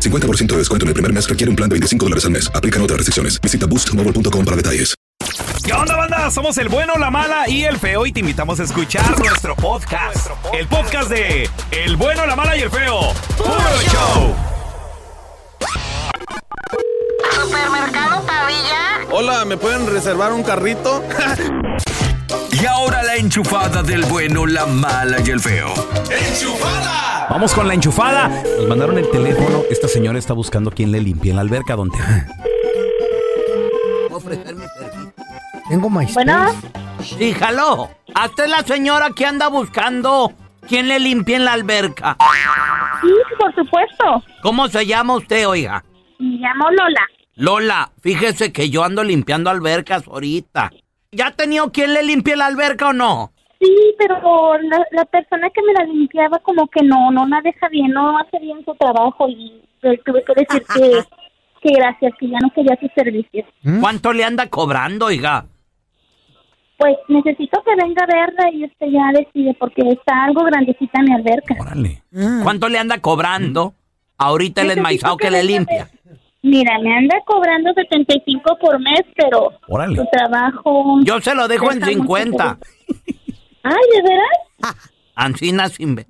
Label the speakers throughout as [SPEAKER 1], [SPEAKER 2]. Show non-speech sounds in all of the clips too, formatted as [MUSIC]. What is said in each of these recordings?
[SPEAKER 1] 50% de descuento en el primer mes requiere un plan de 25 dólares al mes. Aplican otras restricciones. Visita boostmobile.com para detalles.
[SPEAKER 2] ¿Qué onda, banda? Somos el bueno, la mala y el feo y te invitamos a escuchar nuestro podcast. El podcast de El bueno, la mala y el feo. ¡Puro show!
[SPEAKER 3] Supermercado Pavilla.
[SPEAKER 4] Hola, ¿me pueden reservar un carrito?
[SPEAKER 5] [LAUGHS] Y ahora la enchufada del bueno, la mala y el feo. ¡Enchufada!
[SPEAKER 2] Vamos con la enchufada.
[SPEAKER 6] Nos mandaron el teléfono. Esta señora está buscando quién le limpie en la alberca donde.
[SPEAKER 7] Tengo maíz.
[SPEAKER 3] Bueno,
[SPEAKER 7] Díjalo. Hasta es la señora que anda buscando quién le limpie en la alberca.
[SPEAKER 3] sí, por supuesto.
[SPEAKER 7] ¿Cómo se llama usted, oiga?
[SPEAKER 3] Me llamo Lola.
[SPEAKER 7] Lola, fíjese que yo ando limpiando albercas ahorita. ¿Ya ha tenido quien le limpie la alberca o no?
[SPEAKER 3] Sí, pero la, la persona que me la limpiaba como que no, no la deja bien, no hace bien su trabajo y le tuve que decir que, que gracias, que ya no quería sus servicios.
[SPEAKER 7] ¿Cuánto le anda cobrando, oiga?
[SPEAKER 3] Pues necesito que venga a verla y usted ya decide porque está algo grandecita mi alberca.
[SPEAKER 6] Órale.
[SPEAKER 7] ¿Cuánto le anda cobrando? Ahorita el
[SPEAKER 3] Mm. Necesito
[SPEAKER 7] enmaizado que le
[SPEAKER 3] venga a
[SPEAKER 7] limpia.
[SPEAKER 3] ver- Mira, me anda cobrando 75 por mes, pero
[SPEAKER 6] Órale.
[SPEAKER 3] su trabajo...
[SPEAKER 7] Yo se lo dejo en
[SPEAKER 3] Está muy
[SPEAKER 7] 50.
[SPEAKER 3] Ay, ¿de veras?
[SPEAKER 7] Ancina sin ve-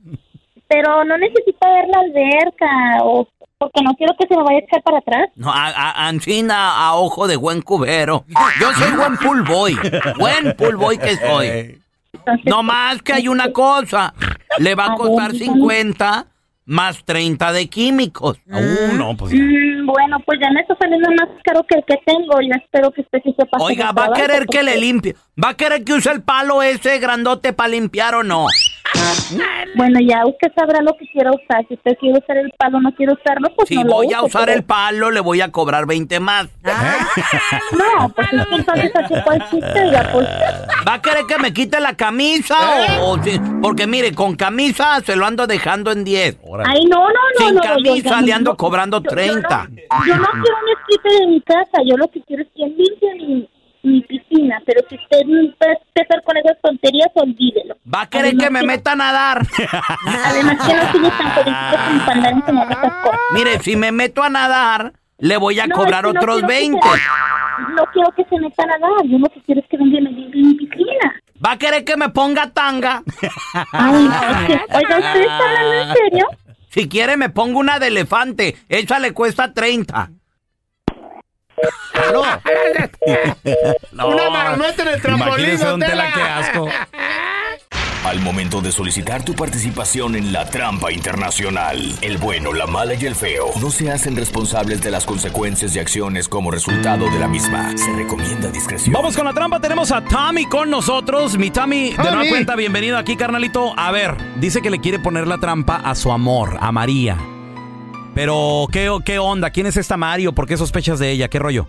[SPEAKER 3] Pero no necesito ver la alberca o... Porque no quiero que se me vaya a echar para atrás.
[SPEAKER 7] No, a, a- Ancina a ojo de buen cubero. Yo soy buen pool boy. Buen pool boy que soy.
[SPEAKER 3] Entonces,
[SPEAKER 7] No más que hay una cosa. Le va a costar 50 más 30 de químicos.
[SPEAKER 6] Aún no, pues.
[SPEAKER 3] Mm, bueno, pues ya me está saliendo más caro que el que tengo. Yo espero que usted sí se pase.
[SPEAKER 7] Oiga,
[SPEAKER 3] de
[SPEAKER 7] ¿va a
[SPEAKER 3] trabajo,
[SPEAKER 7] querer que le
[SPEAKER 3] porque-
[SPEAKER 7] limpie? ¿Va a querer que use el palo ese grandote para limpiar o no?
[SPEAKER 3] Bueno, ya usted sabrá lo que quiera usar. Si usted quiere usar el palo, no quiere usarlo, pues
[SPEAKER 7] Si
[SPEAKER 3] no lo
[SPEAKER 7] voy a
[SPEAKER 3] use,
[SPEAKER 7] usar
[SPEAKER 3] pero-
[SPEAKER 7] el palo, le voy a cobrar 20 más.
[SPEAKER 3] No, pues es que entonces hace cuál chiste, oiga, pues.
[SPEAKER 7] ¿Va a querer que me quite la
[SPEAKER 3] ¿Eh?
[SPEAKER 7] camisa? o- o si- porque mire, con camisa se lo ando dejando en 10.
[SPEAKER 3] Ay, no, no, no.
[SPEAKER 7] Sin
[SPEAKER 3] no,
[SPEAKER 7] camisa,
[SPEAKER 3] oiga,
[SPEAKER 7] le
[SPEAKER 3] no,
[SPEAKER 7] ando
[SPEAKER 3] no,
[SPEAKER 7] cobrando
[SPEAKER 3] yo- yo
[SPEAKER 7] 30.
[SPEAKER 3] no- Yo no, quiero un esquite de mi casa. Yo lo que quiero es que limpie mi, mi piscina. Pero si usted va a empezar con esas tonterías, olvídelo.
[SPEAKER 7] ¿Va a querer
[SPEAKER 3] Además
[SPEAKER 7] que me meta a nadar?
[SPEAKER 3] Además que no tiene tan político como para andar enseñando esas cosas.
[SPEAKER 7] Mire, si me meto a nadar, le voy a
[SPEAKER 3] No,
[SPEAKER 7] cobrar
[SPEAKER 3] es que no
[SPEAKER 7] otros
[SPEAKER 3] quiero que
[SPEAKER 7] 20.
[SPEAKER 3] se- no quiero que se metan a nadar. Yo lo que quiero es que venga y me limpie mi piscina.
[SPEAKER 7] ¿Va a querer que me ponga tanga?
[SPEAKER 3] Ay, no, es que- oiga, ¿usted está hablando en serio?
[SPEAKER 7] Si quiere, me pongo una de elefante. Esa le cuesta 30.
[SPEAKER 6] [LAUGHS] Una marometa en el trampolín, don Tela. Qué asco.
[SPEAKER 5] Al momento de solicitar tu participación en la trampa internacional, el bueno, la mala y el feo no se hacen responsables de las consecuencias y acciones como resultado de la misma. Se recomienda discreción.
[SPEAKER 6] Vamos con la trampa. Tenemos a Tommy con nosotros. Mi Tommy, de nueva
[SPEAKER 4] Tommy.
[SPEAKER 6] cuenta, bienvenido aquí, carnalito. A ver, dice que le quiere poner la trampa a su amor, a María. Pero, ¿qué, qué onda? ¿Quién es esta Mario? ¿Por qué sospechas de ella? ¿Qué rollo?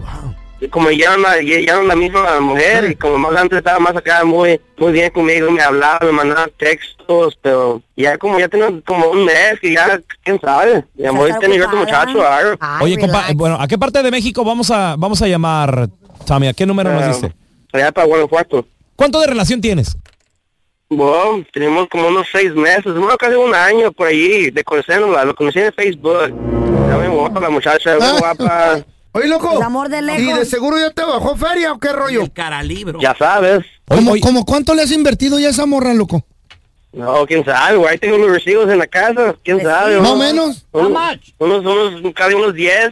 [SPEAKER 8] Y como ya era, una- ya era la misma mujer y como más antes estaba más acá muy muy bien conmigo, me hablaba, me mandaba textos, pero ya como ya tengo como un mes que ya, quién sabe, ya voy a tener otro muchacho, algo.
[SPEAKER 9] Oye, compa, bueno, ¿a qué parte de México vamos a, vamos a llamar, Tommy? ¿A qué número
[SPEAKER 8] Ah,
[SPEAKER 9] nos dice?
[SPEAKER 8] Allá para Guanajuato.
[SPEAKER 9] ¿Cuánto de relación tienes?
[SPEAKER 8] Bueno, tenemos como unos seis meses, bueno, casi un año por allí, de conocerla, lo conocí en Facebook. Está muy guapa la muchacha,
[SPEAKER 9] Ah.
[SPEAKER 8] muy guapa,
[SPEAKER 4] Oye, loco.
[SPEAKER 10] El amor de lejos.
[SPEAKER 4] ¿Y de seguro ya te bajó feria o qué rollo?
[SPEAKER 7] El caralibro.
[SPEAKER 8] ya sabes.
[SPEAKER 9] Oye,
[SPEAKER 10] ¿Cómo,
[SPEAKER 9] oye,
[SPEAKER 10] cómo cuánto le has invertido ya a esa morra, loco?
[SPEAKER 8] No, quién sabe, güey, ahí tengo los recibos en la casa, quién sabe.
[SPEAKER 10] Pues Más o
[SPEAKER 8] unos-
[SPEAKER 10] menos.
[SPEAKER 8] Unos, unos, unos, casi unos diez,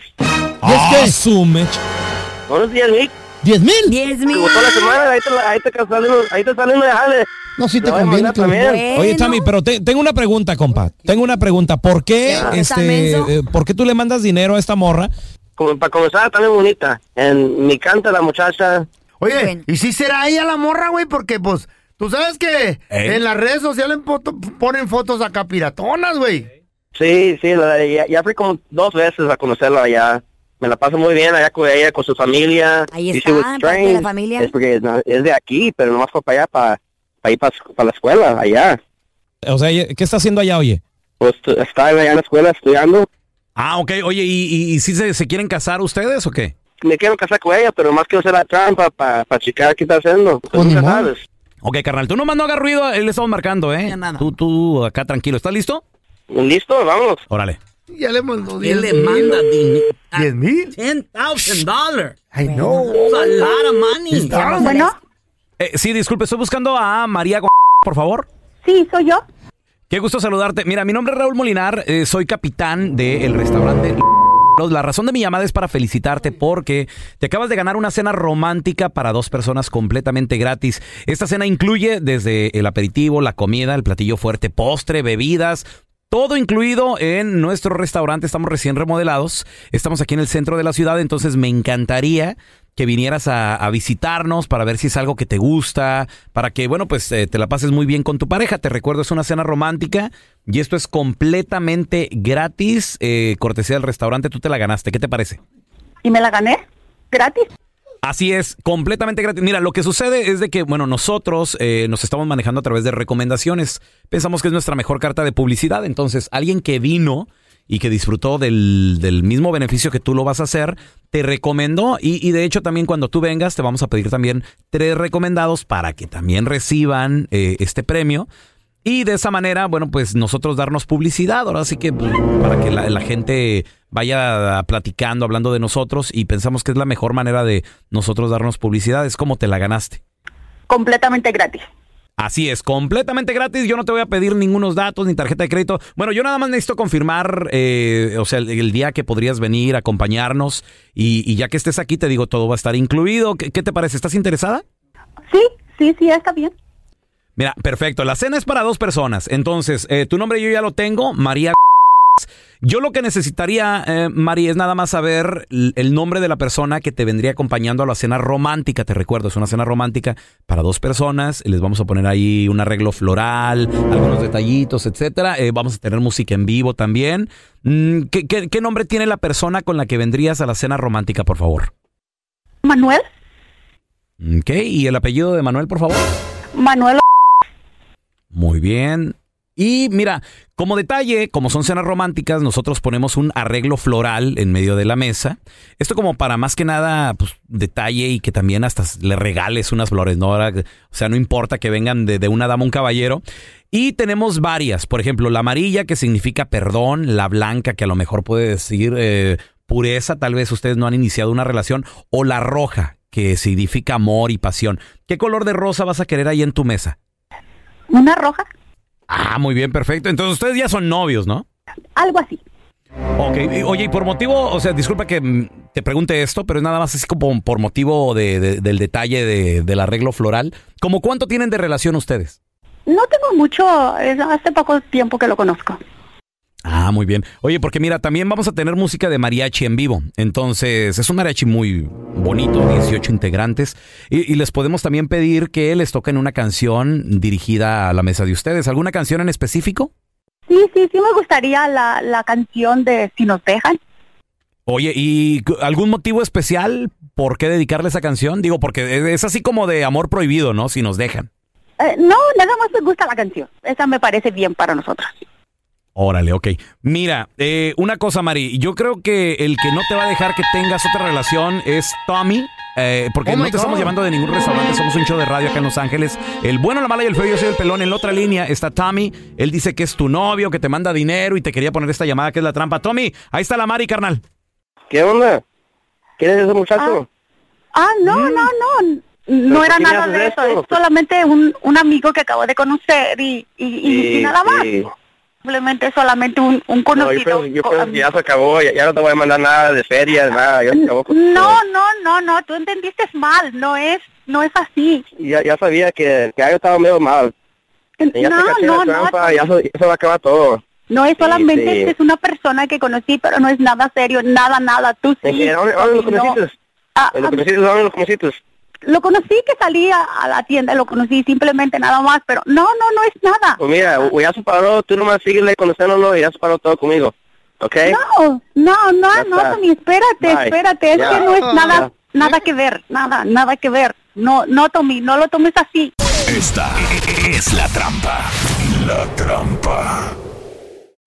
[SPEAKER 9] ah, su mech-
[SPEAKER 8] unos diez mil.
[SPEAKER 10] ¿Diez mil?
[SPEAKER 11] Diez
[SPEAKER 8] Como toda la semana, ahí te, la- ahí te salen los- ahí te salen los jales.
[SPEAKER 10] No, sí
[SPEAKER 8] te voy a conviene, mandar claro. también.
[SPEAKER 9] Oye, Tami, pero te- tengo una pregunta, compa. Tengo una pregunta. ¿Por qué,
[SPEAKER 8] Ya. ¿Está menso?
[SPEAKER 9] este, eh, ¿por qué tú le mandas dinero a esta morra?
[SPEAKER 8] Como para comenzar, también bonita. En mi canta la muchacha.
[SPEAKER 12] Oye, ¿y si será ella la morra, güey? Porque, pues, tú sabes que en las redes sociales foto- ponen fotos acá piratonas, güey.
[SPEAKER 8] Sí, sí, la- ya, ya fui como dos veces a conocerla allá. Me la paso muy bien allá con ella, con su familia.
[SPEAKER 11] Ahí
[SPEAKER 8] Y
[SPEAKER 11] está,
[SPEAKER 8] she was
[SPEAKER 11] parte de la
[SPEAKER 8] trained.
[SPEAKER 11] familia.
[SPEAKER 8] Es porque no- es de aquí, pero nomás fue para allá, para, para ir para, la escuela, allá.
[SPEAKER 9] O sea, ¿qué está haciendo allá, oye?
[SPEAKER 8] Pues tu- está allá en la escuela estudiando.
[SPEAKER 6] Ah, ok. Oye, ¿y, y, y si se, se quieren casar ustedes o qué?
[SPEAKER 8] Me quiero casar con ella, pero nomás quiero hacer la trampa para checar qué está haciendo. Tú nunca sabes.
[SPEAKER 6] Ok, carnal, tú nomás no hagas ruido, él le estamos marcando, ¿eh? Tú, tú, acá tranquilo. ¿Estás listo?
[SPEAKER 8] Listo, vamos.
[SPEAKER 6] Órale.
[SPEAKER 12] Ya le mandó
[SPEAKER 7] Él
[SPEAKER 12] diez
[SPEAKER 7] le
[SPEAKER 12] mil.
[SPEAKER 7] manda dinero.
[SPEAKER 12] ¿Diez mil?
[SPEAKER 7] Ten thousand dollars.
[SPEAKER 12] I know.
[SPEAKER 7] A lot of money.
[SPEAKER 3] Bueno,
[SPEAKER 6] Eh, sí, disculpe, estoy buscando a María, Gon- por favor.
[SPEAKER 3] sí, soy yo.
[SPEAKER 6] Qué gusto saludarte. Mira, mi nombre es Raúl Molinar, eh, soy capitán del restaurante. Los- La razón de mi llamada es para felicitarte porque te acabas de ganar una cena romántica para dos personas completamente gratis. Esta cena incluye desde el aperitivo, la comida, el platillo fuerte, postre, bebidas. Todo incluido en nuestro restaurante, estamos recién remodelados, estamos aquí en el centro de la ciudad, entonces me encantaría que vinieras a, a visitarnos para ver si es algo que te gusta, para que, bueno, pues eh, te la pases muy bien con tu pareja. Te recuerdo, es una cena romántica y esto es completamente gratis, eh, cortesía del restaurante, tú te la ganaste, ¿qué te parece?
[SPEAKER 3] ¿Y me la gané? ¿Gratis?
[SPEAKER 6] Así es, completamente gratis. Mira, lo que sucede es de que, bueno, nosotros eh, nos estamos manejando a través de recomendaciones. Pensamos que es nuestra mejor carta de publicidad. Entonces, alguien que vino y que disfrutó del, del mismo beneficio que tú lo vas a hacer, te recomendó. Y, y de hecho, también cuando tú vengas, te vamos a pedir también tres recomendados para que también reciban eh, este premio. Y de esa manera, bueno, pues nosotros darnos publicidad, ahora sí que pues, para que la, la gente vaya platicando, hablando de nosotros y pensamos que es la mejor manera de nosotros darnos publicidad, es como te la ganaste.
[SPEAKER 3] Completamente gratis.
[SPEAKER 6] Así es, completamente gratis, yo no te voy a pedir ningunos datos ni tarjeta de crédito. Bueno, yo nada más necesito confirmar, eh, o sea, el, el día que podrías venir, acompañarnos y, y ya que estés aquí, te digo, todo va a estar incluido. ¿Qué- qué te parece? ¿Estás interesada?
[SPEAKER 3] Sí, sí, está bien.
[SPEAKER 6] Mira, perfecto. La cena es para dos personas. Entonces, eh, tu nombre yo ya lo tengo, María. [LAUGHS] Yo lo que necesitaría, eh, María, es nada más saber l- el nombre de la persona que te vendría acompañando a la cena romántica. Te recuerdo, es una cena romántica para dos personas. Les vamos a poner ahí un arreglo floral, algunos detallitos, etcétera. Eh, vamos a tener música en vivo también. Mm, ¿qué- qué, qué nombre tiene la persona con la que vendrías a la cena romántica, por favor?
[SPEAKER 3] Manuel,
[SPEAKER 6] Ok, y el apellido de Manuel, por favor.
[SPEAKER 3] Manuel.
[SPEAKER 6] Muy bien. Y mira, como detalle, como son cenas románticas, nosotros ponemos un arreglo floral en medio de la mesa. Esto como para más que nada, pues, detalle y que también hasta le regales unas flores, ¿no? Ahora, O sea, no importa que vengan de, de una dama a un caballero. Y tenemos varias, por ejemplo, la amarilla que significa perdón, la blanca que a lo mejor puede decir eh, pureza, tal vez ustedes no han iniciado una relación, o la roja que significa amor y pasión. ¿Qué color de rosa vas a querer ahí en tu mesa?
[SPEAKER 3] Una roja,
[SPEAKER 6] Ah, muy bien, perfecto. Entonces ustedes ya son novios, ¿no?
[SPEAKER 3] algo así.
[SPEAKER 6] Ok, y- oye, y por motivo, o sea, disculpa que mm, te pregunte esto, pero es nada más así como por motivo de- de- del detalle de- del arreglo floral. ¿Cómo cuánto tienen de relación ustedes?
[SPEAKER 3] No tengo mucho, es hace poco tiempo que lo conozco.
[SPEAKER 6] Ah, muy bien. Oye, porque mira, también vamos a tener música de mariachi en vivo. Entonces, es un mariachi muy bonito, 18 integrantes. Y, y les podemos también pedir que les toquen una canción dirigida a la mesa de ustedes. ¿Alguna canción en específico?
[SPEAKER 3] Sí, sí, sí me gustaría la, la canción de Si nos dejan.
[SPEAKER 6] Oye, ¿y cu- algún motivo especial por qué dedicarle esa canción? Digo, porque e-, es- es así como de amor prohibido, ¿no? Si nos dejan.
[SPEAKER 3] Eh, no, nada más me gusta la canción. Esa me parece bien para nosotros.
[SPEAKER 6] Órale, ok. Mira, eh, una cosa, Mari. Yo creo que el que no te va a dejar que tengas otra relación es Tommy. eh, porque
[SPEAKER 9] Oh
[SPEAKER 6] no
[SPEAKER 9] my
[SPEAKER 6] te estamos
[SPEAKER 9] God.
[SPEAKER 6] llevando de ningún restaurante, somos un show de radio acá en Los Ángeles. El bueno, la mala y el feo, yo soy el pelón. En la otra línea está Tommy. Él dice que es tu novio, que te manda dinero y te quería poner esta llamada que es la trampa. Tommy, ahí está la Mari, carnal.
[SPEAKER 8] ¿Qué onda? ¿Quién es ese muchacho?
[SPEAKER 3] Ah, no, no, no. No
[SPEAKER 8] Mm.
[SPEAKER 3] era
[SPEAKER 8] ¿Pero por qué me
[SPEAKER 3] nada
[SPEAKER 8] haces
[SPEAKER 3] de eso.
[SPEAKER 8] eso?
[SPEAKER 3] Es solamente un, un amigo que acabo de conocer y, y, y- y
[SPEAKER 8] Sí,
[SPEAKER 3] nada más.
[SPEAKER 8] sí.
[SPEAKER 11] Simplemente solamente un, un
[SPEAKER 8] No, yo
[SPEAKER 11] conocido. Oh, um.
[SPEAKER 8] pienso, yo pienso que ya se acabó, ya, ya no te voy a mandar nada de ferias, nada, ya se acabó con
[SPEAKER 11] No, no, no, no, tú entendiste mal, no es, no es así.
[SPEAKER 8] Y Ya, ya sabía que, que algo estaba medio mal. Y ya
[SPEAKER 11] No,
[SPEAKER 8] te caché la
[SPEAKER 11] no, no.
[SPEAKER 8] trampa, ya se, ya se va a acabar todo.
[SPEAKER 11] No es solamente
[SPEAKER 8] sí.
[SPEAKER 11] que es una persona que conocí, pero no es nada serio, nada, nada, tú
[SPEAKER 8] ¿En
[SPEAKER 11] sí.
[SPEAKER 8] qué? ¿Dónde, dónde lo
[SPEAKER 11] no. Ah,
[SPEAKER 8] conociste? ¿Lo conociste? ¿Dónde lo conociste?
[SPEAKER 11] Lo conocí que salía a la tienda, lo conocí simplemente nada más, pero no, no, no es nada.
[SPEAKER 8] Pues mira, o- o ya se paró, tú nomás síguele conociéndolo y ya se paró todo conmigo. ¿Ok?
[SPEAKER 11] No, no, no, no,
[SPEAKER 8] eh. está.
[SPEAKER 11] Tommy, espérate,
[SPEAKER 8] Bye.
[SPEAKER 11] espérate, es
[SPEAKER 8] Ya.
[SPEAKER 11] que no es nada,
[SPEAKER 8] Ya.
[SPEAKER 11] nada que ver, nada, nada que ver. No, no, Tommy, no lo tomes así.
[SPEAKER 5] Esta es la trampa.
[SPEAKER 1] La trampa.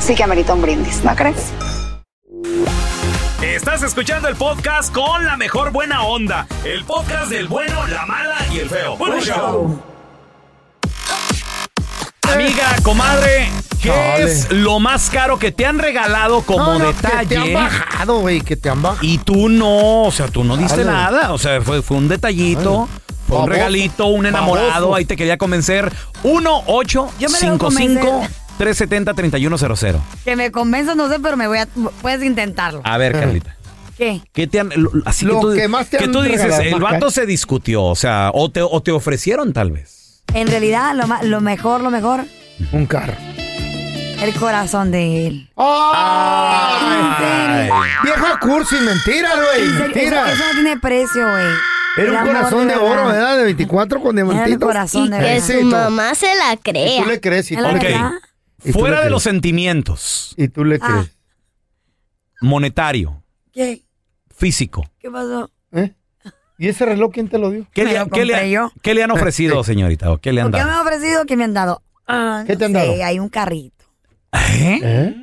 [SPEAKER 13] sí que amerita un brindis, ¿no crees?
[SPEAKER 2] Estás escuchando el podcast con la mejor buena onda. El podcast del bueno, la mala y el feo. Bueno, show.
[SPEAKER 6] Amiga, comadre, ¿qué
[SPEAKER 2] Chale.
[SPEAKER 6] es lo más caro que te han regalado como
[SPEAKER 12] No, no,
[SPEAKER 6] detalle?
[SPEAKER 12] Que te han bajado, güey, que te han bajado.
[SPEAKER 6] Y tú no, o sea, tú no diste
[SPEAKER 12] Chale.
[SPEAKER 6] nada. O sea, fue, fue un detallito.
[SPEAKER 12] Ay.
[SPEAKER 6] Fue un
[SPEAKER 12] Baboso.
[SPEAKER 6] regalito, un enamorado,
[SPEAKER 12] Baboso.
[SPEAKER 6] ahí te quería convencer. 1 8
[SPEAKER 14] Yo me debo
[SPEAKER 6] 55
[SPEAKER 14] convencer.
[SPEAKER 6] 370 3100
[SPEAKER 14] Que me convenzas, no sé, pero me voy a... Puedes intentarlo.
[SPEAKER 6] A
[SPEAKER 12] Eh.
[SPEAKER 6] ver, Carlita.
[SPEAKER 14] ¿Qué?
[SPEAKER 6] ¿Qué te han, lo- así
[SPEAKER 14] Lo
[SPEAKER 6] que tú,
[SPEAKER 14] que más te
[SPEAKER 6] que
[SPEAKER 14] han
[SPEAKER 6] tú dices,
[SPEAKER 14] regalado,
[SPEAKER 6] el
[SPEAKER 14] más
[SPEAKER 6] vato
[SPEAKER 14] caro.
[SPEAKER 6] se discutió, o sea, o te, o te ofrecieron tal vez.
[SPEAKER 14] En realidad, lo, ma- lo mejor, lo mejor,
[SPEAKER 6] Un carro.
[SPEAKER 14] el corazón de él.
[SPEAKER 12] Ah, Vieja cursi, mentira, güey,
[SPEAKER 14] En serio,
[SPEAKER 12] mentira.
[SPEAKER 14] Eso, eso no tiene precio, güey. El
[SPEAKER 12] Era un
[SPEAKER 14] amor
[SPEAKER 12] corazón de oro,
[SPEAKER 14] verdad.
[SPEAKER 12] ¿verdad? De 24 con diamantitos.
[SPEAKER 14] corazón de
[SPEAKER 12] Y
[SPEAKER 14] verdad.
[SPEAKER 12] ese y todo.
[SPEAKER 15] se la
[SPEAKER 12] Y tú le crees y tú le crees. Y tú le
[SPEAKER 6] Fuera de
[SPEAKER 12] crees.
[SPEAKER 6] los sentimientos.
[SPEAKER 12] Y tú le
[SPEAKER 14] crees.
[SPEAKER 6] Monetario,
[SPEAKER 14] ¿Qué?
[SPEAKER 6] físico.
[SPEAKER 14] ¿Qué pasó?
[SPEAKER 12] ¿Y ese reloj quién te lo dio?
[SPEAKER 6] ¿Qué,
[SPEAKER 14] Me
[SPEAKER 6] le,
[SPEAKER 14] lo
[SPEAKER 6] qué le-
[SPEAKER 14] compré yo.
[SPEAKER 6] qué le
[SPEAKER 12] [LAUGHS]
[SPEAKER 6] han ofrecido, señorita? ¿O qué le han
[SPEAKER 14] ¿Qué me
[SPEAKER 6] dado?
[SPEAKER 14] han ofrecido? ¿Qué me han dado? Ah,
[SPEAKER 12] ¿Qué
[SPEAKER 14] no
[SPEAKER 12] te han
[SPEAKER 14] sé,
[SPEAKER 12] dado?
[SPEAKER 14] Hay un carrito.
[SPEAKER 6] ¿Eh?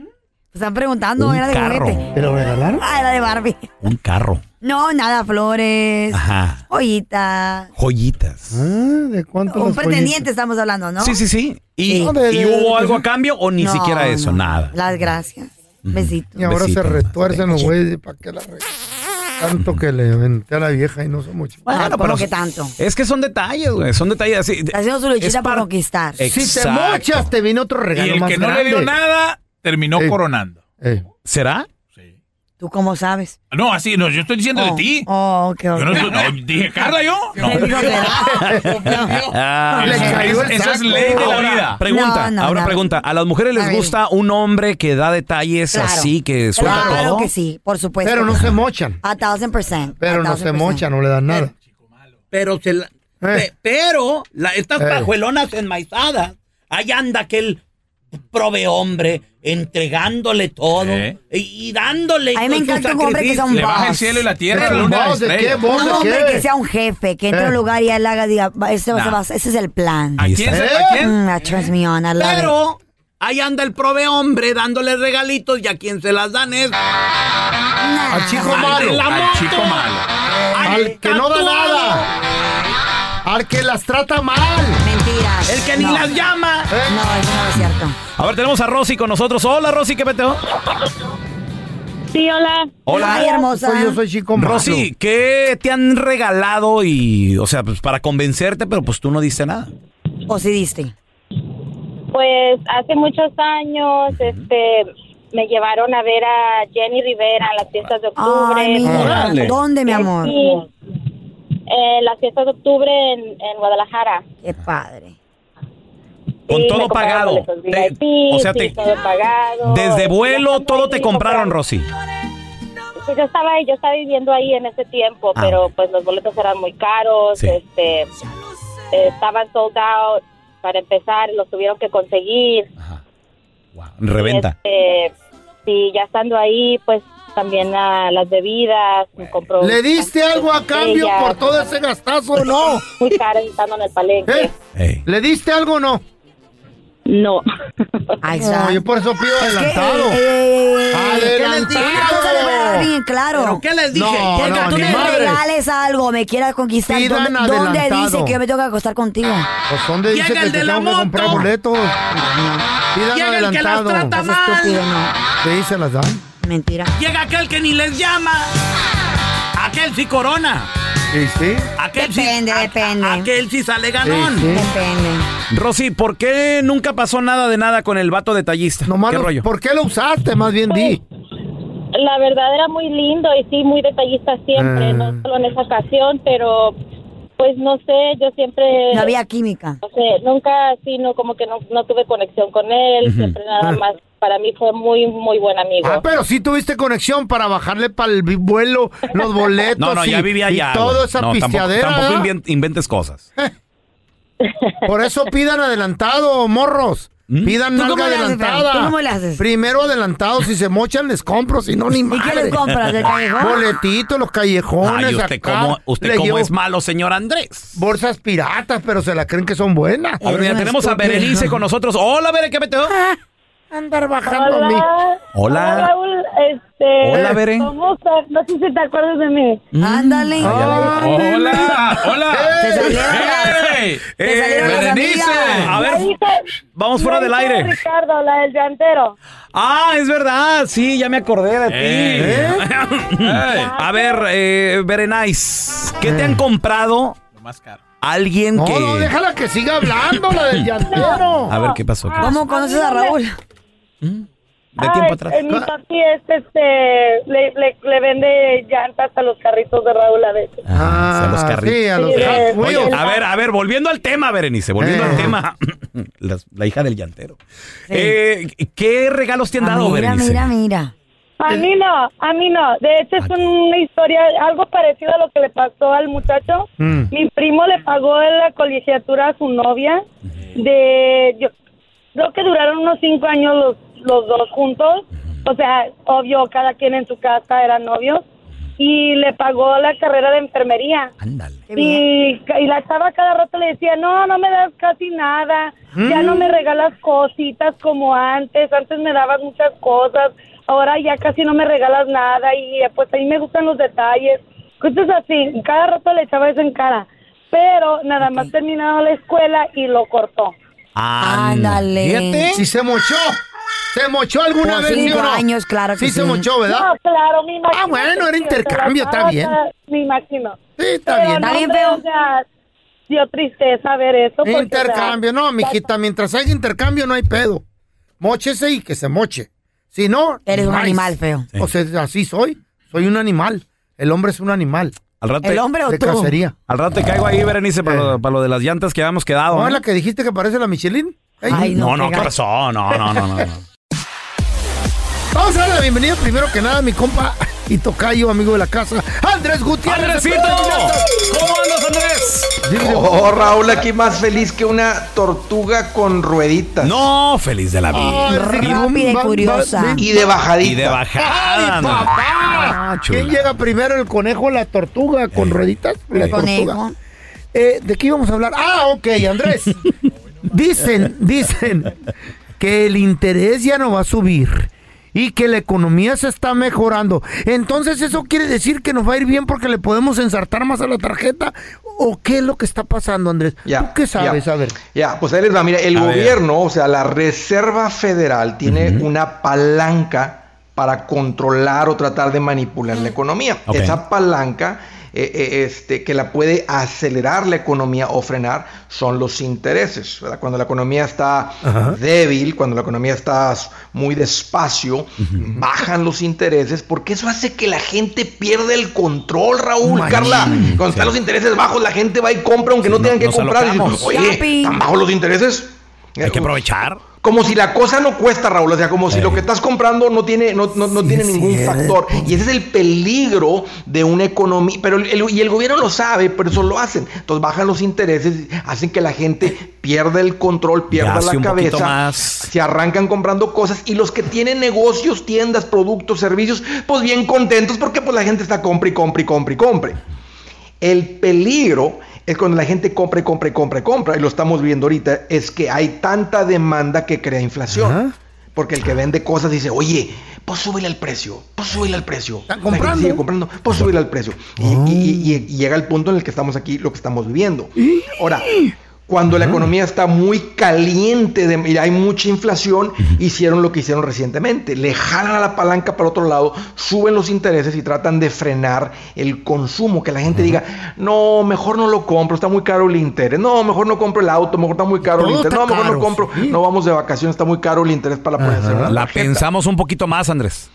[SPEAKER 14] Están preguntando,
[SPEAKER 6] Un
[SPEAKER 14] era de
[SPEAKER 6] carro.
[SPEAKER 14] juguete.
[SPEAKER 12] ¿Te lo regalaron?
[SPEAKER 14] Ah, era de Barbie.
[SPEAKER 6] Un carro.
[SPEAKER 14] No, nada, flores,
[SPEAKER 6] Ajá.
[SPEAKER 14] joyitas.
[SPEAKER 6] Joyitas.
[SPEAKER 12] Ah, ¿De cuánto
[SPEAKER 14] Un pretendiente estamos hablando, ¿no?
[SPEAKER 6] Sí, sí, sí. ¿Y,
[SPEAKER 14] Sí.
[SPEAKER 6] y hubo algo a cambio o ni
[SPEAKER 14] No,
[SPEAKER 6] siquiera eso?
[SPEAKER 14] no.
[SPEAKER 6] Nada.
[SPEAKER 14] Las gracias. Besitos.
[SPEAKER 12] Y ahora
[SPEAKER 6] Besito,
[SPEAKER 12] se retuercen los güeyes para que la re- Tanto que le venté a la vieja y no son muchos.
[SPEAKER 14] Bueno,
[SPEAKER 6] Bueno,
[SPEAKER 14] pero
[SPEAKER 6] pero
[SPEAKER 14] que
[SPEAKER 6] es-
[SPEAKER 14] tanto.
[SPEAKER 6] Es que son detalles, güey. Eh, Son detalles así.
[SPEAKER 14] Está haciendo su luchita para conquistar.
[SPEAKER 12] Si te
[SPEAKER 6] Exacto.
[SPEAKER 12] mochas, te vino otro regalo
[SPEAKER 6] Y el
[SPEAKER 12] más
[SPEAKER 6] que no le
[SPEAKER 12] grande.
[SPEAKER 6] dio
[SPEAKER 16] nada, terminó coronando.
[SPEAKER 6] ¿Será?
[SPEAKER 14] ¿Tú cómo sabes?
[SPEAKER 16] No, así, no, yo estoy diciendo de ti.
[SPEAKER 14] Oh, ok, ok.
[SPEAKER 16] Yo no, estoy- no, dije, Carla,
[SPEAKER 14] [LAUGHS]
[SPEAKER 16] yo. No.
[SPEAKER 12] [LAUGHS]
[SPEAKER 6] [LAUGHS] Ah,
[SPEAKER 16] Le cayó el Esa es saco. ley de la
[SPEAKER 6] Ahora,
[SPEAKER 16] vida.
[SPEAKER 6] Pregunta,
[SPEAKER 14] No, no,
[SPEAKER 6] ahora
[SPEAKER 14] no.
[SPEAKER 6] pregunta. ¿A las mujeres
[SPEAKER 14] A
[SPEAKER 6] les
[SPEAKER 14] ver.
[SPEAKER 6] gusta un hombre que da detalles
[SPEAKER 14] Claro.
[SPEAKER 6] así, que suelta
[SPEAKER 14] claro
[SPEAKER 6] todo?
[SPEAKER 14] que sí, pues, por supuesto.
[SPEAKER 12] Pero no se mochan.
[SPEAKER 14] A thousand percent.
[SPEAKER 12] Pero no se mochan, no le dan nada.
[SPEAKER 7] Pero se
[SPEAKER 6] Eh.
[SPEAKER 7] la- pe- pero la- estas
[SPEAKER 12] Eh.
[SPEAKER 7] pajuelonas enmaizadas, ahí anda aquel prove hombre entregándole todo
[SPEAKER 16] Eh.
[SPEAKER 7] y, y dándole.
[SPEAKER 14] A mí me
[SPEAKER 7] con su
[SPEAKER 14] encanta un hombre que sea un
[SPEAKER 7] sacrificio.
[SPEAKER 16] Le baja el cielo y la tierra,
[SPEAKER 7] Pero
[SPEAKER 16] la luna,
[SPEAKER 7] vos,
[SPEAKER 16] las
[SPEAKER 7] Oh, ¿de qué,
[SPEAKER 16] estrellas.
[SPEAKER 7] vos?
[SPEAKER 14] Un
[SPEAKER 7] ¿De
[SPEAKER 14] hombre
[SPEAKER 7] qué?
[SPEAKER 14] que sea un jefe, que entre a un
[SPEAKER 7] Eh.
[SPEAKER 14] lugar y él haga, diga, va, este va-
[SPEAKER 7] Nah.
[SPEAKER 14] se va- ese es el plan.
[SPEAKER 7] ¿A quién se- a quién?
[SPEAKER 14] Mm, that turns me on, I love it.
[SPEAKER 7] Pero ahí anda el prove hombre dándole regalitos y a quien se las dan es
[SPEAKER 12] Al chico
[SPEAKER 7] Al
[SPEAKER 12] malo.
[SPEAKER 7] de la moto.
[SPEAKER 12] Al que no da nada. Al que las trata mal. Eh.
[SPEAKER 14] Mentiras.
[SPEAKER 7] El que ni No. las llama.
[SPEAKER 14] No, eso no es cierto.
[SPEAKER 6] A ver, tenemos a Rosy con nosotros. Hola, Rosy, ¿qué peteo?
[SPEAKER 17] Sí, hola.
[SPEAKER 6] Hola.
[SPEAKER 14] Ay, hermosa.
[SPEAKER 12] Soy- Pues yo soy chico malo.
[SPEAKER 6] Rosy, ¿qué te han regalado y, o sea, pues para convencerte, pero pues tú no diste nada?
[SPEAKER 14] ¿O si diste?
[SPEAKER 17] Pues hace muchos años, este, me llevaron a ver a Jenny Rivera en las fiestas de octubre.
[SPEAKER 14] Ay, mi hija.
[SPEAKER 17] Órale.
[SPEAKER 14] ¿Dónde, mi amor?
[SPEAKER 17] Sí, en las fiestas de octubre en, en Guadalajara.
[SPEAKER 14] Qué padre.
[SPEAKER 17] Y
[SPEAKER 6] Con todo
[SPEAKER 17] me compraron
[SPEAKER 6] pagado.
[SPEAKER 17] boletos
[SPEAKER 6] Te-
[SPEAKER 17] VIP,
[SPEAKER 6] o sea,
[SPEAKER 17] sí,
[SPEAKER 6] te-
[SPEAKER 17] todo pagado.
[SPEAKER 6] Desde vuelo todo te compraron, Rosy.
[SPEAKER 17] Pues yo estaba ahí, yo estaba viviendo ahí en ese tiempo,
[SPEAKER 6] Ah.
[SPEAKER 17] pero pues los boletos eran muy caros,
[SPEAKER 6] Sí.
[SPEAKER 17] este, eh, estaban sold out para empezar, los tuvieron que conseguir.
[SPEAKER 6] Reventa.
[SPEAKER 17] Este, sí, ya estando ahí, pues también a las bebidas, me compró.
[SPEAKER 12] ¿Le diste algo a cambio por todo
[SPEAKER 17] ese gastazo o no? [LAUGHS] Muy caro estando en el palenque.
[SPEAKER 12] ¿Eh? ¿Le diste algo o no?
[SPEAKER 17] No.
[SPEAKER 14] Ahí
[SPEAKER 12] No, yo por eso pido adelantado.
[SPEAKER 14] eh, Una cosa le voy a dejar bien claro.
[SPEAKER 12] ¿Pero qué les dije? No,
[SPEAKER 14] Porque
[SPEAKER 12] no,
[SPEAKER 14] tú
[SPEAKER 12] ni
[SPEAKER 14] me
[SPEAKER 12] madres.
[SPEAKER 14] regales algo, me quieras conquistar.
[SPEAKER 12] Pidan
[SPEAKER 14] ¿Dónde, dónde
[SPEAKER 12] adelantado.
[SPEAKER 14] dice que yo me tengo que acostar contigo?
[SPEAKER 12] Pues ¿dónde dice que te tengo que comprar boletos? Pidan
[SPEAKER 14] Llega el que las
[SPEAKER 12] adelantado.
[SPEAKER 14] trata Es mal. estúpido, no.
[SPEAKER 12] ¿Qué dice las dan?
[SPEAKER 14] Mentira.
[SPEAKER 7] Llega aquel que ni les llama. Aquel sí corona.
[SPEAKER 12] ¿Y sí?
[SPEAKER 7] Aquel depende, depende. aquel sí sale ganón.
[SPEAKER 6] Rosy, ¿por qué nunca pasó nada de nada con el vato detallista? ¿Qué rollo?
[SPEAKER 12] ¿Por qué lo usaste? Más bien di.
[SPEAKER 17] La verdad era muy lindo y sí, muy detallista siempre,
[SPEAKER 12] Ah.
[SPEAKER 17] no solo en esa ocasión, pero pues no sé, yo siempre...
[SPEAKER 14] No había química.
[SPEAKER 17] No sé, nunca, sí, no, como que no, no tuve conexión con él,
[SPEAKER 12] Ujú.
[SPEAKER 17] siempre nada
[SPEAKER 12] Ah.
[SPEAKER 17] más, para mí fue muy, muy buen amigo.
[SPEAKER 12] Ah, pero sí tuviste conexión para bajarle para el vi- vuelo, los boletos
[SPEAKER 6] [LAUGHS] No, no,
[SPEAKER 12] y,
[SPEAKER 6] ya vivía
[SPEAKER 12] y
[SPEAKER 6] allá.
[SPEAKER 12] todo
[SPEAKER 6] güey.
[SPEAKER 12] esa
[SPEAKER 6] No, tampoco-
[SPEAKER 12] pisteadera.
[SPEAKER 6] Tampoco,
[SPEAKER 12] ¿verdad?
[SPEAKER 6] invien- inventes cosas.
[SPEAKER 12] Por eso pidan adelantado, morros.
[SPEAKER 6] ¿Mm?
[SPEAKER 12] Pidan
[SPEAKER 14] ¿Tú
[SPEAKER 12] nalga
[SPEAKER 14] cómo le haces,
[SPEAKER 12] adelantada.
[SPEAKER 14] Fran? ¿Tú cómo le haces?
[SPEAKER 12] Primero adelantado, si se mochan les compro, si no ni
[SPEAKER 14] qué
[SPEAKER 12] madre.
[SPEAKER 14] les compras, del callejón?
[SPEAKER 12] Boletitos, los callejones.
[SPEAKER 6] Ay, usted
[SPEAKER 12] acá.
[SPEAKER 6] cómo, usted
[SPEAKER 12] Le
[SPEAKER 6] cómo
[SPEAKER 12] llevo
[SPEAKER 6] es malo, señor Andrés.
[SPEAKER 12] Bolsas piratas, pero se la creen que son buenas.
[SPEAKER 6] A ver, mira, tenemos a Berenice con nosotros. Hola, Bere,
[SPEAKER 14] [LAUGHS]
[SPEAKER 6] ¿qué meteo?
[SPEAKER 12] Andar bajando a mí.
[SPEAKER 17] Hola.
[SPEAKER 6] Hola.
[SPEAKER 17] Raúl, este...
[SPEAKER 6] Ah. Hola, Mm. Bere.
[SPEAKER 17] ¿Cómo estás? No sé si te acuerdas de mí.
[SPEAKER 14] Ándale.
[SPEAKER 16] Hola, hola.
[SPEAKER 12] ¡Eh!
[SPEAKER 16] ¡Ey!
[SPEAKER 6] ¡Eh, Berenice! A ver, vamos fuera del aire.
[SPEAKER 17] Ricardo, la del llantero.
[SPEAKER 6] Ah, es verdad. Sí, ya me acordé de ti.
[SPEAKER 12] Eh.
[SPEAKER 6] [LAUGHS] A ver, eh, Berenice, ¿qué te han comprado? Lo más caro. Alguien
[SPEAKER 12] Eh. No,
[SPEAKER 6] que...
[SPEAKER 12] no, déjala que siga hablando, la
[SPEAKER 6] [LAUGHS]
[SPEAKER 12] del llantero.
[SPEAKER 6] A ver, ¿qué pasó? ¿Qué
[SPEAKER 14] ¿Cómo conoces a Raúl?
[SPEAKER 6] Mm. De tiempo
[SPEAKER 17] Ay,
[SPEAKER 6] atrás. Ah.
[SPEAKER 17] eh, mi papi es, este, le, le, le vende llantas a los carritos de Raúl a veces.
[SPEAKER 6] Ah, a los carritos.
[SPEAKER 17] sí, a los Sí, carritos.
[SPEAKER 6] Oye,
[SPEAKER 17] el-
[SPEAKER 6] a ver, a ver, volviendo al tema, Berenice, volviendo al tema. [LAUGHS] Las- la hija del llantero. Eh, ¿Qué regalos
[SPEAKER 17] Ah,
[SPEAKER 6] te han dado, Eh,
[SPEAKER 14] Mira,
[SPEAKER 6] Berenice?
[SPEAKER 14] mira, mira.
[SPEAKER 17] A mí no, a mí no. De hecho,
[SPEAKER 6] Ah,
[SPEAKER 17] es una historia, algo parecido a lo que le pasó al muchacho.
[SPEAKER 15] Mm.
[SPEAKER 17] Mi primo le pagó la colegiatura a su novia. De, yo creo que duraron unos cinco años los, los dos juntos. O sea, obvio, cada quien en su casa eran novios. Y le pagó la carrera de enfermería. Y, ca- y la chava cada rato le decía, no, no me das casi nada, ya no
[SPEAKER 12] Mm.
[SPEAKER 17] me regalas cositas como antes, antes me dabas muchas cosas, ahora ya casi no me regalas nada y eh, pues a mí me gustan los detalles, cosas así, cada rato le echaba eso en cara, pero nada más terminado la escuela y lo cortó.
[SPEAKER 14] Ándale.
[SPEAKER 12] Fíjate. este? Si se mochó. ¿Se mochó alguna
[SPEAKER 14] Por
[SPEAKER 12] vez? ¿sí o
[SPEAKER 14] cinco
[SPEAKER 12] no?
[SPEAKER 14] años, claro que
[SPEAKER 12] Sí, se
[SPEAKER 14] sí.
[SPEAKER 12] mochó, ¿verdad?
[SPEAKER 17] No, claro, me imagino.
[SPEAKER 12] Ah, bueno,
[SPEAKER 17] que
[SPEAKER 12] era
[SPEAKER 17] sí, o sea,
[SPEAKER 12] intercambio,
[SPEAKER 17] la
[SPEAKER 12] está
[SPEAKER 17] chava,
[SPEAKER 12] bien.
[SPEAKER 17] Me imagino. Sí,
[SPEAKER 12] está bien. Está bien,
[SPEAKER 17] O sea, dio tristeza ver eso. porque, o sea,
[SPEAKER 12] Intercambio, no, mijita, mientras haya intercambio no hay pedo. Móchese y que se moche. Si no,
[SPEAKER 14] Eres un
[SPEAKER 12] nice.
[SPEAKER 14] animal feo.
[SPEAKER 12] O sea, así soy. Soy un animal. El hombre es un animal.
[SPEAKER 6] Al rato
[SPEAKER 12] ¿El hombre o De tú? cacería.
[SPEAKER 6] Al rato te caigo ahí, Berenice, para, lo, para lo de las llantas que habíamos quedado.
[SPEAKER 12] ¿No
[SPEAKER 6] ¿eh?
[SPEAKER 12] es la que dijiste que parece la Michelin? Ey.
[SPEAKER 6] no, no, ¿qué pasó? No, no, no, no. no.
[SPEAKER 12] Vamos a darle la bienvenida primero que nada a mi compa y tocayo, amigo de la casa, Andrés Gutiérrez.
[SPEAKER 6] ¡Andresito! ¿Cómo andas, Andrés?
[SPEAKER 18] Oh, Raúl, aquí más feliz que una tortuga con rueditas.
[SPEAKER 6] No, feliz de la vida.
[SPEAKER 14] Rápida y curiosa.
[SPEAKER 18] Y de bajadita.
[SPEAKER 6] Y de bajada.
[SPEAKER 12] ¡Ay,
[SPEAKER 6] no. Ah,
[SPEAKER 12] papá! ¿Quién llega primero, el conejo o la tortuga? ¿Con
[SPEAKER 6] Eh,
[SPEAKER 12] rueditas? La
[SPEAKER 6] El
[SPEAKER 12] tortuga. Eh, ¿De qué íbamos a hablar? Ah, ok,
[SPEAKER 6] [LAUGHS]
[SPEAKER 12] Andrés. dicen, dicen que el interés ya no va a subir y que la economía se está mejorando. Entonces, ¿eso quiere decir que nos va a ir bien porque le podemos ensartar más a la tarjeta? ¿O qué es lo que está pasando, Andrés? ¿Tú qué sabes?
[SPEAKER 18] ya.
[SPEAKER 12] A ver.
[SPEAKER 18] Ya, pues ahí les va. Mira, el
[SPEAKER 12] A ver.
[SPEAKER 18] gobierno, o sea, la Reserva Federal tiene una palanca para controlar o tratar de manipular la economía.
[SPEAKER 19] Ok.
[SPEAKER 18] Esa palanca eh, eh, este, que la puede acelerar la economía o frenar son los intereses. ¿verdad? Cuando la economía está débil, cuando la economía está s- muy despacio, bajan los intereses porque eso hace que la gente pierda el control, Raúl,
[SPEAKER 12] Machín.
[SPEAKER 18] Carla. Cuando están
[SPEAKER 12] Sí.
[SPEAKER 18] los intereses bajos, la gente va y compra aunque no tengan que
[SPEAKER 12] nos
[SPEAKER 18] comprar. Y dices,
[SPEAKER 12] alocamos.
[SPEAKER 18] Oye,
[SPEAKER 12] Shopping.
[SPEAKER 18] ¿están bajos los intereses?
[SPEAKER 6] Hay que aprovechar. Eh.
[SPEAKER 18] Como si la cosa no cuesta, Raúl. O sea, como si lo que estás comprando no tiene, no, no- no tiene ningún factor. Y ese es el peligro de una economía. Pero el- el- y el gobierno lo sabe, pero eso lo hacen. Entonces bajan los intereses, hacen que la gente pierda el control, pierda
[SPEAKER 6] hace
[SPEAKER 18] la
[SPEAKER 6] un poquito
[SPEAKER 18] cabeza.
[SPEAKER 6] más.
[SPEAKER 18] Se arrancan comprando cosas. Y los que tienen negocios, tiendas, productos, servicios, pues bien contentos porque pues la gente está compra y compra y compra y compre. El peligro es cuando la gente compra, y compra, y compra, y compra, y lo estamos viendo ahorita, es que hay tanta demanda que crea inflación. Porque el que vende cosas dice, oye, pues súbele al precio, pues súbele al precio. Están
[SPEAKER 6] Ah,
[SPEAKER 20] comprando.
[SPEAKER 18] Sigue comprando, pues súbele al precio. Y, y-
[SPEAKER 6] Oh.
[SPEAKER 18] y- y llega el punto en el que estamos aquí, lo que estamos viviendo. Ahora, cuando la economía está muy caliente de- y hay mucha inflación, hicieron lo que hicieron recientemente. Le jalan a la palanca para otro lado, suben los intereses y tratan de frenar el consumo. Que la gente diga, no, mejor no lo compro, está muy caro el interés. No, mejor no compro el auto, mejor está muy caro el
[SPEAKER 6] Todo
[SPEAKER 18] interés.
[SPEAKER 6] está
[SPEAKER 18] No, mejor
[SPEAKER 6] caro,
[SPEAKER 18] no compro, no vamos de vacaciones, está muy caro el interés para ponerse una
[SPEAKER 6] La
[SPEAKER 18] tarjeta.
[SPEAKER 6] pensamos un poquito más, Andrés.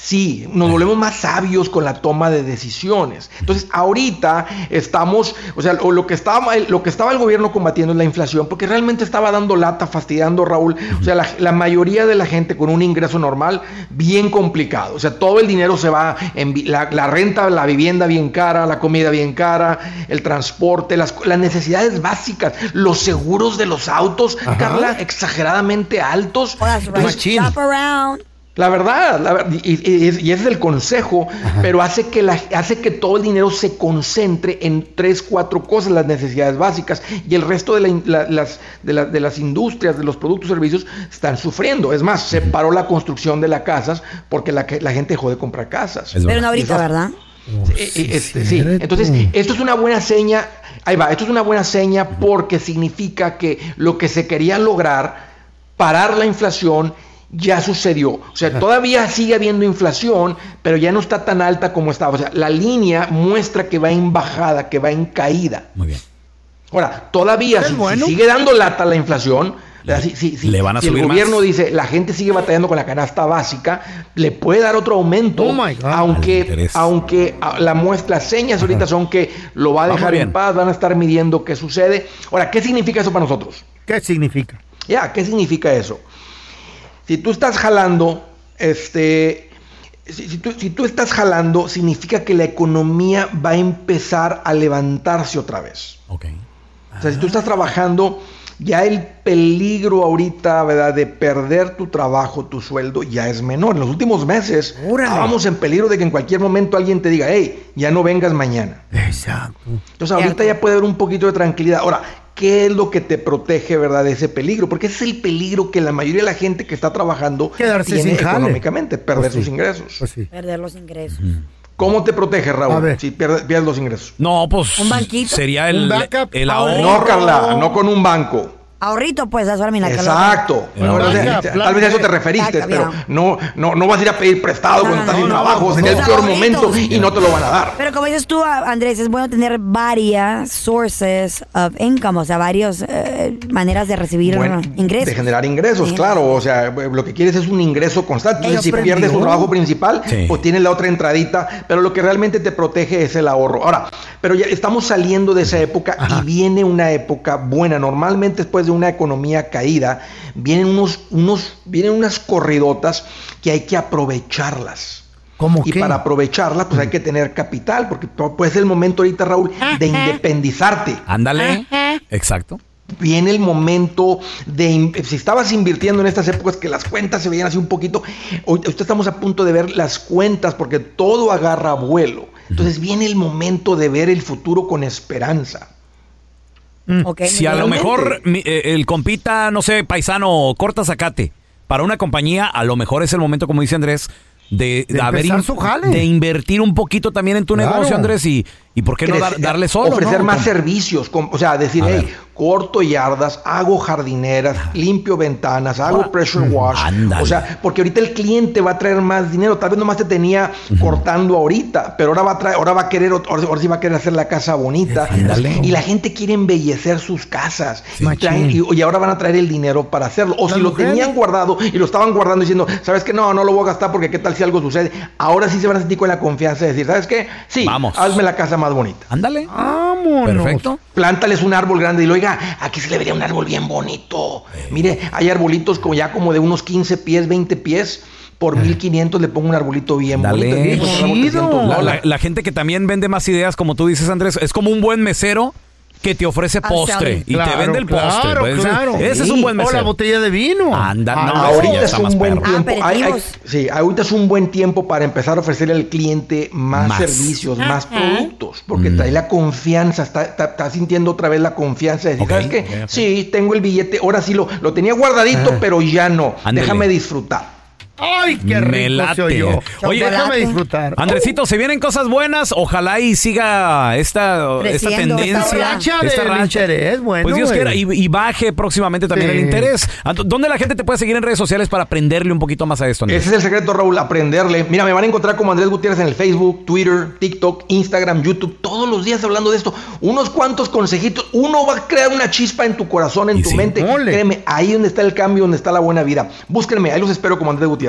[SPEAKER 18] Sí, nos volvemos más sabios con la toma de decisiones. Entonces, ahorita estamos, o sea, o lo que estaba, el- lo que estaba el gobierno combatiendo es la inflación, porque realmente estaba dando lata, fastidiando Raúl. O sea, la, la mayoría de la gente con un ingreso normal, bien complicado. O sea, todo el dinero se va en vi- la, la renta, la vivienda bien cara, la comida bien cara, el transporte, las, co- las necesidades básicas, los seguros de los autos, Carla, exageradamente altos. Entonces,
[SPEAKER 14] Shop around.
[SPEAKER 18] la verdad, la ver- y, y- y- y ese es el consejo, pero hace que, la, hace que todo el dinero se concentre en tres, cuatro cosas, las necesidades básicas, y el resto de, la in- la- las, de, la- de las industrias, de los productos y servicios, están sufriendo. Es más, se paró la construcción de las casas porque la, que- la gente dejó de comprar casas.
[SPEAKER 14] Pero no ahorita,
[SPEAKER 18] Esas-
[SPEAKER 14] ¿verdad?
[SPEAKER 18] eh, eh, este, sí. Entonces, esto es una buena seña, ahí va, esto es una buena seña porque significa que lo que se quería lograr, parar la inflación, ya sucedió. O sea, todavía sigue habiendo inflación, pero ya no está tan alta como estaba. O sea, la línea muestra que va en bajada, que va en caída. Muy
[SPEAKER 6] bien.
[SPEAKER 18] Ahora, todavía, si, si sigue dando lata la inflación, ¿verdad? Si- si- si-
[SPEAKER 6] Le van a
[SPEAKER 18] si el
[SPEAKER 6] subir más.
[SPEAKER 18] gobierno dice la gente sigue batallando con la canasta básica, le puede dar otro aumento,
[SPEAKER 12] Oh
[SPEAKER 18] aunque, aunque a- la muestra, las señas ahorita son que lo va a
[SPEAKER 12] Vamos
[SPEAKER 18] dejar
[SPEAKER 12] bien.
[SPEAKER 18] en paz, van a estar midiendo qué sucede. Ahora, ¿qué significa eso para nosotros?
[SPEAKER 12] ¿Qué significa?
[SPEAKER 18] Ya, ¿qué significa eso? Si tú estás jalando, este, si, si tú, si tú estás jalando, significa que la economía va a empezar a levantarse otra vez. O sea, si tú
[SPEAKER 12] Ah.
[SPEAKER 18] estás trabajando, ya el peligro ahorita, ¿verdad?, de perder tu trabajo, tu sueldo, ya es menor. En los últimos meses estábamos en peligro de que en cualquier momento alguien te diga, hey, ya no vengas mañana.
[SPEAKER 12] Exacto.
[SPEAKER 18] Entonces ahorita ya puede haber un poquito de tranquilidad. Ahora, ¿qué es lo que te protege, verdad, de ese peligro? Porque ese es el peligro que la mayoría de la gente que está trabajando
[SPEAKER 12] Quedarse
[SPEAKER 18] tiene
[SPEAKER 12] sin jale.
[SPEAKER 18] económicamente, perder
[SPEAKER 12] Pues sí.
[SPEAKER 18] sus ingresos.
[SPEAKER 14] Perder los ingresos.
[SPEAKER 18] ¿Cómo te protege, Raúl, si pierdes, pierdes los ingresos?
[SPEAKER 6] No, pues
[SPEAKER 14] Un banquito.
[SPEAKER 6] sería el,
[SPEAKER 14] Un backup,
[SPEAKER 12] Ah,
[SPEAKER 6] el ahorro.
[SPEAKER 14] ahorro.
[SPEAKER 18] No, Carla, no con un banco.
[SPEAKER 14] Ahorrito, pues, a mira,
[SPEAKER 18] Exacto.
[SPEAKER 14] Bueno,
[SPEAKER 18] Bueno, o sea,
[SPEAKER 14] venga,
[SPEAKER 18] tal vez a eso te
[SPEAKER 14] plan B.
[SPEAKER 18] referiste,
[SPEAKER 14] Ya,
[SPEAKER 18] pero
[SPEAKER 14] ya.
[SPEAKER 18] no, no, no vas a ir a pedir prestado cuando estás sin trabajo. Sería el peor momento y no te lo van a dar.
[SPEAKER 14] Pero como dices tú, a- Andrés, es bueno tener varias sources of income, o sea, varias maneras de recibir
[SPEAKER 18] Bueno,
[SPEAKER 14] ingresos.
[SPEAKER 18] De generar ingresos,
[SPEAKER 14] Sí.
[SPEAKER 18] claro. O sea, eh, lo que quieres es un ingreso constante.
[SPEAKER 14] Ella
[SPEAKER 18] Entonces, si
[SPEAKER 14] aprendió.
[SPEAKER 18] pierdes tu trabajo principal, pues tienes la otra entradita. Pero lo que realmente te protege es el ahorro. Ahora, pero ya estamos saliendo de esa época y viene una época buena. Normalmente después de una economía caída, vienen unos, unos, vienen unas corridotas que hay que aprovecharlas. y para aprovecharlas, pues hay que tener capital, porque pues es el momento ahorita, Raúl, de independizarte.
[SPEAKER 6] Ándale. Exacto.
[SPEAKER 18] Viene el momento de. in- Si estabas invirtiendo en estas épocas que las cuentas se veían así un poquito, hoy- ahorita estamos a punto de ver las cuentas porque todo agarra vuelo. Entonces viene el momento de ver el futuro con esperanza.
[SPEAKER 6] si a lo mejor mi- eh, el compita, no sé, paisano, corta zacate, para una compañía, a lo mejor es el momento, como dice Andrés, de, de haber
[SPEAKER 18] empezar
[SPEAKER 6] in-
[SPEAKER 18] su jale.
[SPEAKER 6] de invertir un poquito también en tu
[SPEAKER 18] Claro.
[SPEAKER 6] negocio, Andrés, y, y por qué no dar-
[SPEAKER 18] Crecer-
[SPEAKER 6] darle solo.
[SPEAKER 18] Ofrecer
[SPEAKER 6] ¿no?
[SPEAKER 18] más servicios, com- o sea, decir,
[SPEAKER 6] A
[SPEAKER 18] hey,
[SPEAKER 6] ver. Ah.
[SPEAKER 18] corto yardas, hago jardineras, limpio ventanas, hago
[SPEAKER 6] mm,
[SPEAKER 18] pressure wash. O sea, porque ahorita el cliente va a traer más dinero. Tal vez nomás te tenía cortando ahorita, pero ahora va a traer, ahora va a querer, ot- ahora, ahora sí va a querer hacer la casa bonita. Y la gente quiere embellecer sus casas. Y, traen- y- y ahora van a traer el dinero para hacerlo. O si lo tenían guardado y lo estaban guardando diciendo, ¿sabes qué? No, no lo voy a gastar porque qué tal si algo sucede. Ahora sí se van a sentir con la confianza de decir, ¿sabes qué? Sí,
[SPEAKER 6] Vamos.
[SPEAKER 18] hazme la casa más bonita.
[SPEAKER 6] Ándale.
[SPEAKER 18] Perfecto. Plántales un árbol grande y lo, oiga, oiga, aquí se le vería un árbol bien bonito.
[SPEAKER 6] Eh.
[SPEAKER 18] Mire, hay arbolitos como ya como de unos 15 pies, 20 pies. Por 1500 le pongo un arbolito bien bonito.
[SPEAKER 6] Eh. Dale.
[SPEAKER 18] Mire, pues, el árbol te siento un
[SPEAKER 6] La,
[SPEAKER 18] dólar.
[SPEAKER 6] la- la gente que también vende más ideas, como tú dices, Andrés, es como un buen mesero que te ofrece
[SPEAKER 12] Ah, sí.
[SPEAKER 6] postre y te
[SPEAKER 12] Claro,
[SPEAKER 6] vende el postre.
[SPEAKER 12] claro,
[SPEAKER 6] Pues,
[SPEAKER 12] claro.
[SPEAKER 6] Ese es
[SPEAKER 12] Sí.
[SPEAKER 6] un buen
[SPEAKER 12] O la
[SPEAKER 6] mesero. Ah,
[SPEAKER 12] botella de vino.
[SPEAKER 6] Anda, no, ese ya
[SPEAKER 18] Ah, ahorita es
[SPEAKER 6] está más
[SPEAKER 18] un buen
[SPEAKER 6] perro.
[SPEAKER 18] tiempo. Hay- hay-
[SPEAKER 12] Aperitivos.
[SPEAKER 18] sí, ahorita es un buen tiempo para empezar a ofrecerle al cliente más,
[SPEAKER 6] Más. Mm.
[SPEAKER 18] servicios, más
[SPEAKER 6] Ajá.
[SPEAKER 18] productos, porque trae la confianza, está, está- está sintiendo otra vez la confianza de decir, ¿sabes qué? Sí, tengo el billete, ahora sí lo, lo tenía guardadito, pero ya no.
[SPEAKER 6] Ah. Ándele.
[SPEAKER 18] Déjame disfrutar.
[SPEAKER 12] Ay, qué
[SPEAKER 6] Me
[SPEAKER 12] rico
[SPEAKER 6] late.
[SPEAKER 12] se oyó.
[SPEAKER 6] Oye,
[SPEAKER 12] déjame disfrutar.
[SPEAKER 6] Andresito, se vienen cosas buenas. Ojalá y siga esta, esta
[SPEAKER 12] Creciendo,
[SPEAKER 6] tendencia.
[SPEAKER 12] esta racha del interés, bueno,
[SPEAKER 6] Pues Dios
[SPEAKER 12] güey.
[SPEAKER 6] quiera. Y, y baje próximamente también
[SPEAKER 18] Sí.
[SPEAKER 6] el interés. Ant- ¿Dónde la gente te puede seguir en redes sociales para aprenderle un poquito más a esto, Andrés?
[SPEAKER 18] Ese es el secreto, Raúl, aprenderle. Mira, me van a encontrar como Andrés Gutiérrez en el Facebook, Twitter, TikTok, Instagram, YouTube, todos los días hablando de esto. Unos cuantos consejitos. Uno va a crear una chispa en tu corazón, en tu mente. Créeme, ahí donde está el cambio, donde está la buena vida. Búsquenme, ahí los espero como Andrés Gutiérrez.